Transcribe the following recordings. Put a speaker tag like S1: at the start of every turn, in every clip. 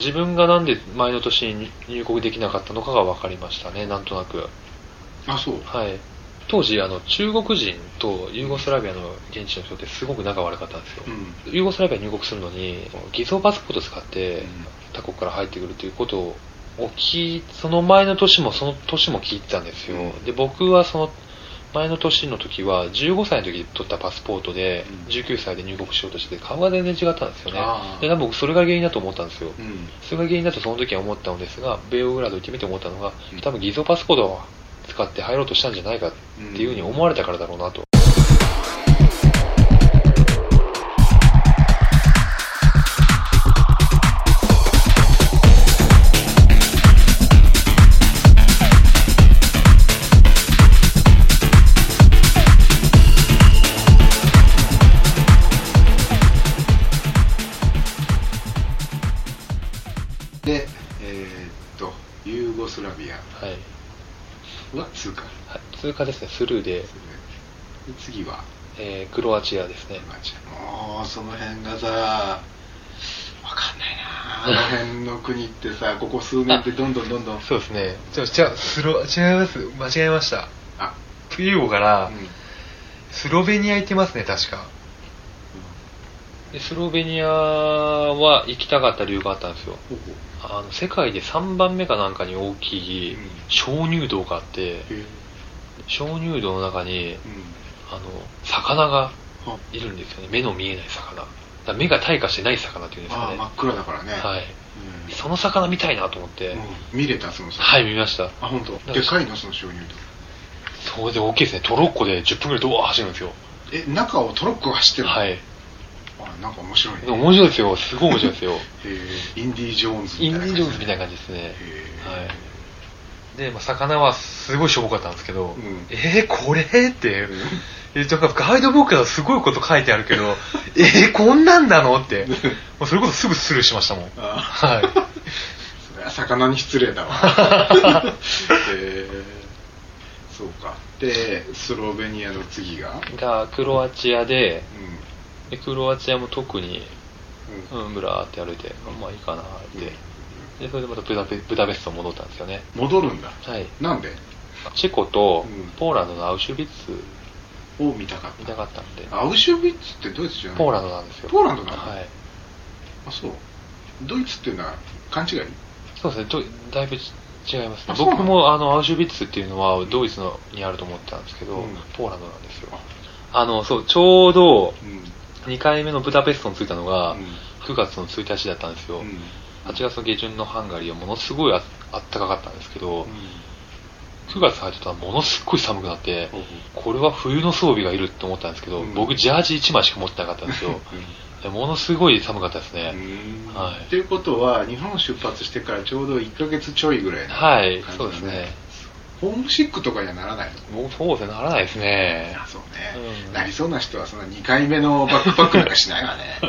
S1: 自分がなんで前の年に入国できなかったのかが分かりましたね、なんとなく。
S2: あ、そう。
S1: はい。当時、あの、中国人とユーゴスラビアの現地の人ってすごく仲悪かったんですよ
S2: う。ん。
S1: ユーゴスラビアに入国するのに、偽造パスポートを使って
S2: うん
S1: 他国から入ってくるということを聞い、その前の年もその年も聞いてたんですよ。
S2: うん
S1: で、僕はその前の年の時は、15歳の時に取ったパスポートで
S2: うん、
S1: 19歳で入国しようとして、顔が全然違ったんですよね。
S2: ああ
S1: で、多分僕それが原因だと思ったんですよ。
S2: うん。
S1: それが原因だとその時は思ったのですが、ベオグラード行ってみて思ったのが
S2: うん、
S1: 多分偽造パスポートを使って入ろうとしたんじゃないかっていうふうに思われたからだろうなと。
S2: で、えーっと、ユーゴスラビア
S1: はい。
S2: は通過。
S1: はい通過ですね、スルーで、
S2: で次は、
S1: えークロアチアですね。
S2: マジもう、その辺がさ、わかんないなあの辺の国ってさ、ここ数年でどんどんどんどん、
S1: そうですね。じゃあ、スロ、違います。間違えました。
S2: あ、
S1: ユーゴから
S2: うん
S1: スロベニア行ってますね、確か。スロベニアは行きたかった理由があったんですよ。
S2: ほうほう
S1: あの、世界で3番目かなんかに大きい
S2: うん
S1: 鍾乳洞があって、
S2: へえ
S1: 鍾乳洞の中に、
S2: うん
S1: あの、魚が
S2: はい
S1: るんですよね。目の見えない魚。だから目が退化してない魚っていうんです
S2: あ
S1: か
S2: あ
S1: ね。
S2: 真っ暗だからね、
S1: はい。
S2: うん
S1: その魚見たいなと思って、
S2: うん見れたその
S1: はい、見ました。
S2: あ本
S1: か
S2: 当。
S1: ら
S2: でかいのその鍾乳洞
S1: そうで大きいですね。トロッコで10分ぐらいドア走るんですよ。
S2: え中をトロッコが走ってるの
S1: はい。
S2: あなんか面白いね
S1: でも面白いですよ。すごい面白いですよ。
S2: へえインディ・ジョーンズ
S1: インディ・ジョーンズみたいな
S2: な
S1: 感じですね。
S2: へえ
S1: はい。で、まあ、魚はすごいしょぼかったんですけど、
S2: ん
S1: えー、これって、えなんかガイドブックだとすごいこと書いてあるけど、えー、こんなんなのって、もうそれこそすぐスルーしましたもん。
S2: あ
S1: はい。
S2: それは魚に失礼 だわへえそうかでスロベニアの次が
S1: が、クロアチアで、
S2: う
S1: でクロアチアも特に、
S2: んうん
S1: うん、ぶらーって歩いて、まあいいかなーって。で、それでまたブダペブダペスト戻ったんですよね。
S2: 戻るんだ
S1: はい。
S2: なんで
S1: チェコと
S2: うん
S1: ポーランドのアウシュビッツ
S2: を見たかっ
S1: 見
S2: た
S1: たかったんで、
S2: アウシュビッツってドイツじゃない
S1: ポーランドなんですよ。
S2: ポーランドなの
S1: はい。
S2: あそうドイツっていうのは勘違い
S1: そうですね、どだいぶち違いますね
S2: あ。そうなの
S1: 僕もあのアウシュビッツっていうのはドイツのにあると思ってたんですけど、
S2: うん
S1: ポーランドなんですよ
S2: あ。
S1: あの、そう、ちょうど
S2: うん
S1: 2回目のブダペストに着いたのが
S2: うん
S1: 9月の1日だったんですよ。
S2: うん
S1: 8月の下旬のハンガリーはものすごいああったかかったんですけど、
S2: う
S1: 9月入ってたらものすっごい寒くなって、
S2: ん
S1: これは冬の装備がいるって思ったんですけど、
S2: うん
S1: 僕ジャージ1枚しか持ってなかったんですよ。でものすごい寒かったです
S2: う
S1: ね。
S2: ん
S1: はい
S2: ということは日本出発してからちょうど1か月ちょいぐらいの
S1: はい
S2: 感、じだ
S1: そうですね。
S2: ホームシックとかにはならないの
S1: もうそうですね、ならないですね。
S2: そうね、
S1: うん
S2: なりそうな人はそんな2回目のバックパックなんかしな いわねう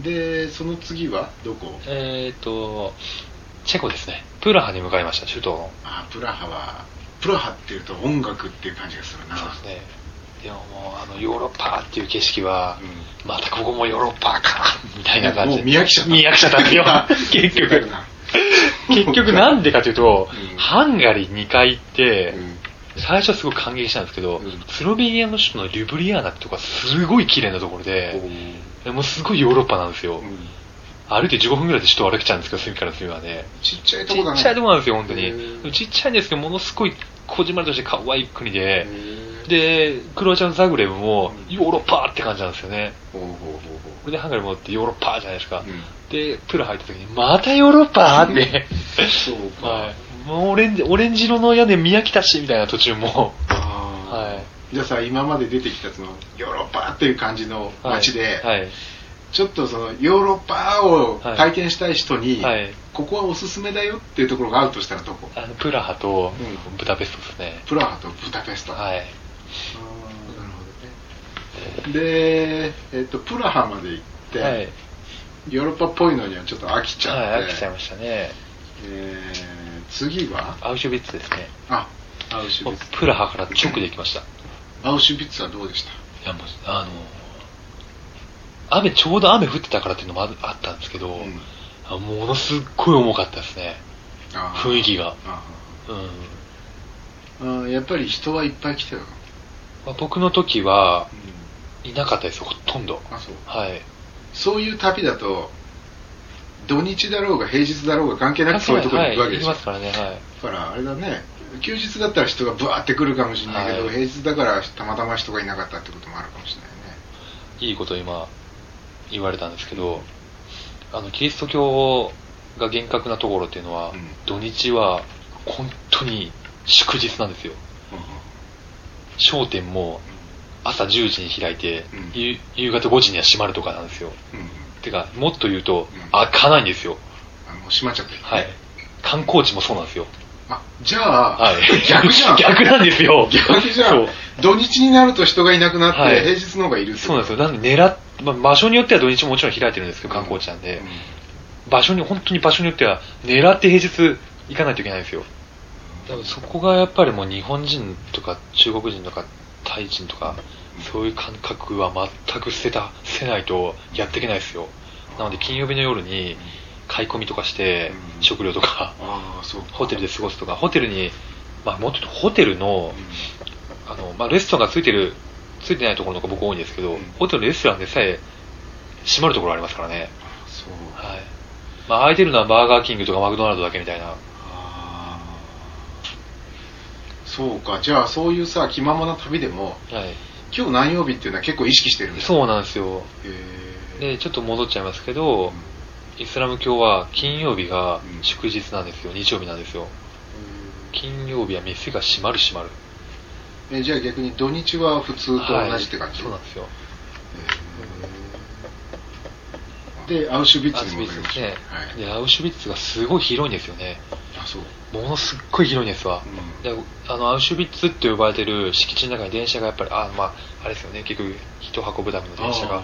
S2: んでその次はどこ
S1: えっ、ー、と、チェコですね。プラハに向かいました、首都の。
S2: あプラハはプラハっていうと音楽っていう感じがするな
S1: そうですね。でももう、あの、ヨーロッパっていう景色は、
S2: う
S1: またここもヨーロッパか、みたいな感じで。
S2: もう見飽きちゃった。
S1: 見飽きちゃったんですよ 結
S2: そうだよ
S1: 局。
S2: な
S1: 結局なんでかというと、
S2: うん
S1: ハンガリー2回行って、
S2: うん
S1: 最初はすごく歓迎したんですけど、
S2: うん
S1: スロベニアの首都のリュブリアーナってとこはすごい綺麗なところで、もうすごいヨーロッパなんですよ。
S2: うん
S1: 歩いて15分ぐらいで首都歩けちゃうんですけど、隅から隅まで。
S2: ちっちゃいと
S1: ち
S2: こだ
S1: っ
S2: ね
S1: ちゃいとこなんですよ、本当
S2: へ
S1: に
S2: ー。
S1: でもちっちゃいんですけど、ものすごい、こじまりとして可愛い国で、
S2: で、
S1: で、クロアチアのザグレブも
S2: うん、
S1: ヨーロッパって感じなんですよね。
S2: ほうほうほう
S1: これで、ハンガリー戻ってヨーロッパじゃないですか
S2: ほう。。うん
S1: で、プラ入った時に、またヨーロッパ って。
S2: そうか。
S1: はい。もうオレンジ、オレンジ色の屋根見飽きたし、みたいな途中も。
S2: あー
S1: はい
S2: じゃあさ、今まで出てきたそのヨーロッパっていう感じの
S1: はい
S2: 街で、
S1: はい。
S2: ちょっとそのヨーロッパを体験したい人に、
S1: はい。
S2: ここはおすすめだよっていうところがあるとしたらどこ
S1: あの、プラハと
S2: うん、
S1: ブダペストですね。
S2: プラハとブダペスト。あ
S1: はい。
S2: ーなるほどね。で、えっと、プラハまで行って、
S1: はい。
S2: ヨーロッパっぽいのにはちょっと飽きちゃって、
S1: はい、飽きちゃいましたね。
S2: えー次は
S1: アウシュビッツですね。
S2: あ、アウシュビッツ。
S1: プラハから直で行きました。
S2: アウシュビッツはどうでした
S1: いやもうあの雨、ちょうど雨降ってたからっていうのもああったんですけど、
S2: うん
S1: あものすっごい重かったですね。
S2: あー
S1: 雰囲気が
S2: あ
S1: うん。
S2: ーあーやっぱり人はいっぱい来てたの、
S1: まあ、僕の時は、いなかったです、ほとんど。
S2: あそう
S1: はい。
S2: そういう旅だと土日だろうが平日だろうが関係なくそういうところに行くわけでしょ、
S1: はい、行きますからね、はい。
S2: だからあれだね休日だったら人がブワーって来るかもしれないけど、
S1: はい
S2: 平日だからたまたま人がいなかったってこともあるかもしれないね
S1: いいこと今言われたんですけど、あのキリスト教が厳格なところっていうのは、
S2: うん
S1: 土日は本当に祝日なんですよ商店も朝10時に開いて、
S2: うん
S1: 夕夕方5時には閉まるとかなんですよ
S2: うん、うん
S1: てかもっと言うと、
S2: うん
S1: 開かないんですよ
S2: あの閉まっちゃってる、
S1: はい観光地もそうなんですよ
S2: あじゃあ、
S1: はい
S2: 逆じゃん
S1: 逆なんですよ
S2: 逆じゃ
S1: そうん
S2: 土日になると人がいなくなって、
S1: はい
S2: 平日の方がいるって
S1: そうなんですよなんで狙っ、まあ、場所によっては土日ももちろん開いてるんですけど観光地なんで、
S2: うん
S1: 場所に本当に場所によっては狙って平日行かないといけないんですよ多分そこがやっぱりもう日本人とか中国人とかタイ人とかそういう感覚は全く捨てた捨てないとやっていけないですよなので金曜日の夜に買い込みとかして
S2: うん
S1: 食料とか
S2: ああそうか
S1: ホテルで過ごすとかホテルに、まあ、もっと言うとホテルのあの、まあ、レストランがついてるついてないところの方が僕多いんですけど、
S2: うん
S1: ホテルのレストランでさえ閉まるところありますからね、
S2: あそう
S1: はいまあ、空いてるのはバーガーキングとかマクドナルドだけみたいな
S2: あーそうかじゃあそういうさ気ままな旅でも
S1: はい、
S2: 今日何曜日っていうのは結構意識してるんだ
S1: そうなんですよ
S2: へえ
S1: でちょっと戻っちゃいますけど、イスラム教は金曜日が祝日なんですよ、日曜日なんですよ金曜日は店が閉まる閉まる
S2: えじゃあ逆に土日は普通と同じって感
S1: はい
S2: じ、
S1: そうなんですよ
S2: へーでアウシュビッツ
S1: アウ
S2: に
S1: シュビ
S2: 戻
S1: ッツで
S2: りまし
S1: すね、
S2: たはい
S1: でアウシュビッツがすごい広いんですよね
S2: あそう
S1: ものすっごい広いんですわ、
S2: うん
S1: であのアウシュビッツって呼ばれてる敷地の中に電車がやっぱりあまああれですよね結局人を運ぶための電車が
S2: あ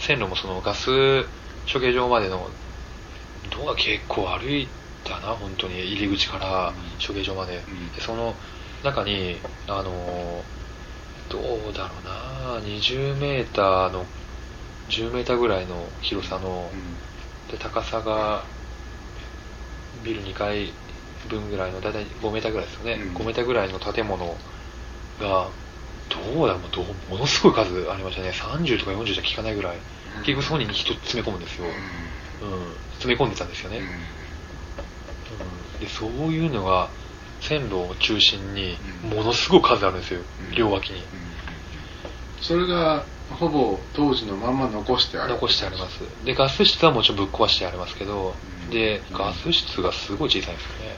S1: 線路もそのガス処刑場までのドが結構歩いたな本当に入り口から
S2: うん
S1: 処刑場まで,、
S2: ん
S1: でその中にあのーどうだろうな20メーターの10メーターぐらいの広さの
S2: ー、うん
S1: で高さがビル2階分ぐらいの大体5メーターぐらいですよね、
S2: うん
S1: 5メーターぐらいの建物がどうだろうどうものすごい数ありましたね30とか40じゃ効かないぐらい
S2: うん
S1: 結局ソニーに人詰め込むんですよ、
S2: う
S1: うん詰め込んでたんですよね、
S2: んうん
S1: うんでそういうのが線路を中心に
S2: うん
S1: ものすごい数あるんですよ、
S2: うん
S1: 両脇に
S2: それがほぼ当時のまんま残してある
S1: 残してありますでガス室はもちろんぶっ壊してありますけど、
S2: うん
S1: で
S2: うん
S1: ガス室がすごい小さいんですよね、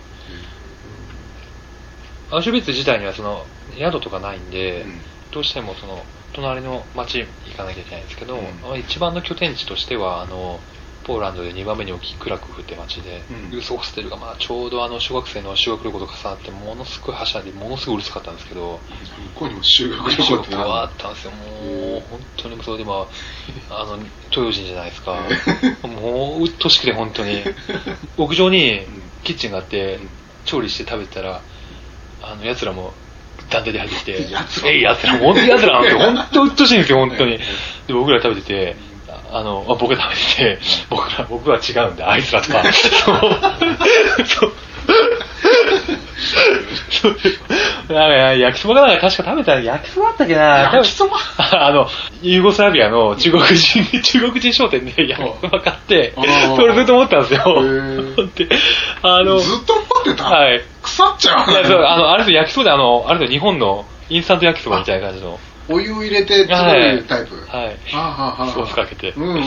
S1: アウシュビッツ自体にはその宿とかないんで、
S2: うん
S1: どうしてもその隣の町に行かなきゃいけないんですけど、
S2: う
S1: 一番の拠点地としてはあのポーランドで2番目に大きいクラクフって町で、
S2: うん
S1: ウルスホステルがまあちょうどあの小学生の修学旅行と重なってものすごいはしゃいでものすごいうるさかったんですけど
S2: 向こうにも修学旅行っての
S1: はあ
S2: は
S1: ったんですよ
S2: う
S1: も
S2: ん
S1: う本当にそれでまああの東洋人じゃない ですかもううっとしくて本当に屋上にキッチンがあって、調理して食べてたら、あの、奴らも、団体で入ってきて、
S2: 奴ら
S1: えい、奴ら、本当に奴らなん ですよ。本当鬱陶しいんですよ、本当に。で、僕ら食べてて、ああの、あ僕が食べてて、僕ら、僕は違うんだ、あいつらと か。そう。そう。そうなんか焼きそばかなんか確か食べた焼きそばだったっけな
S2: 焼きそば
S1: あの、ユーゴスラビアの中国人、中国人商店で焼きそば買って
S2: あー、
S1: それずっと思ってたんです
S2: へ
S1: よ。で、あの、
S2: ずっと持ってた、
S1: はい
S2: 腐っちゃう
S1: いやそうあのあれですよ焼きそばであのあれですよ日本のインスタント焼きそばみたいな感じの
S2: お湯を入れて作るタイプ、
S1: はいはい
S2: あはあはあ
S1: ソースかけて、
S2: うんうんうん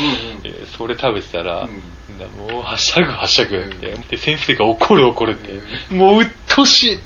S1: えーそれ食べてたら、
S2: うん
S1: なもうはしゃぐはしゃぐって、で先生が怒る怒るって、もううっとうしい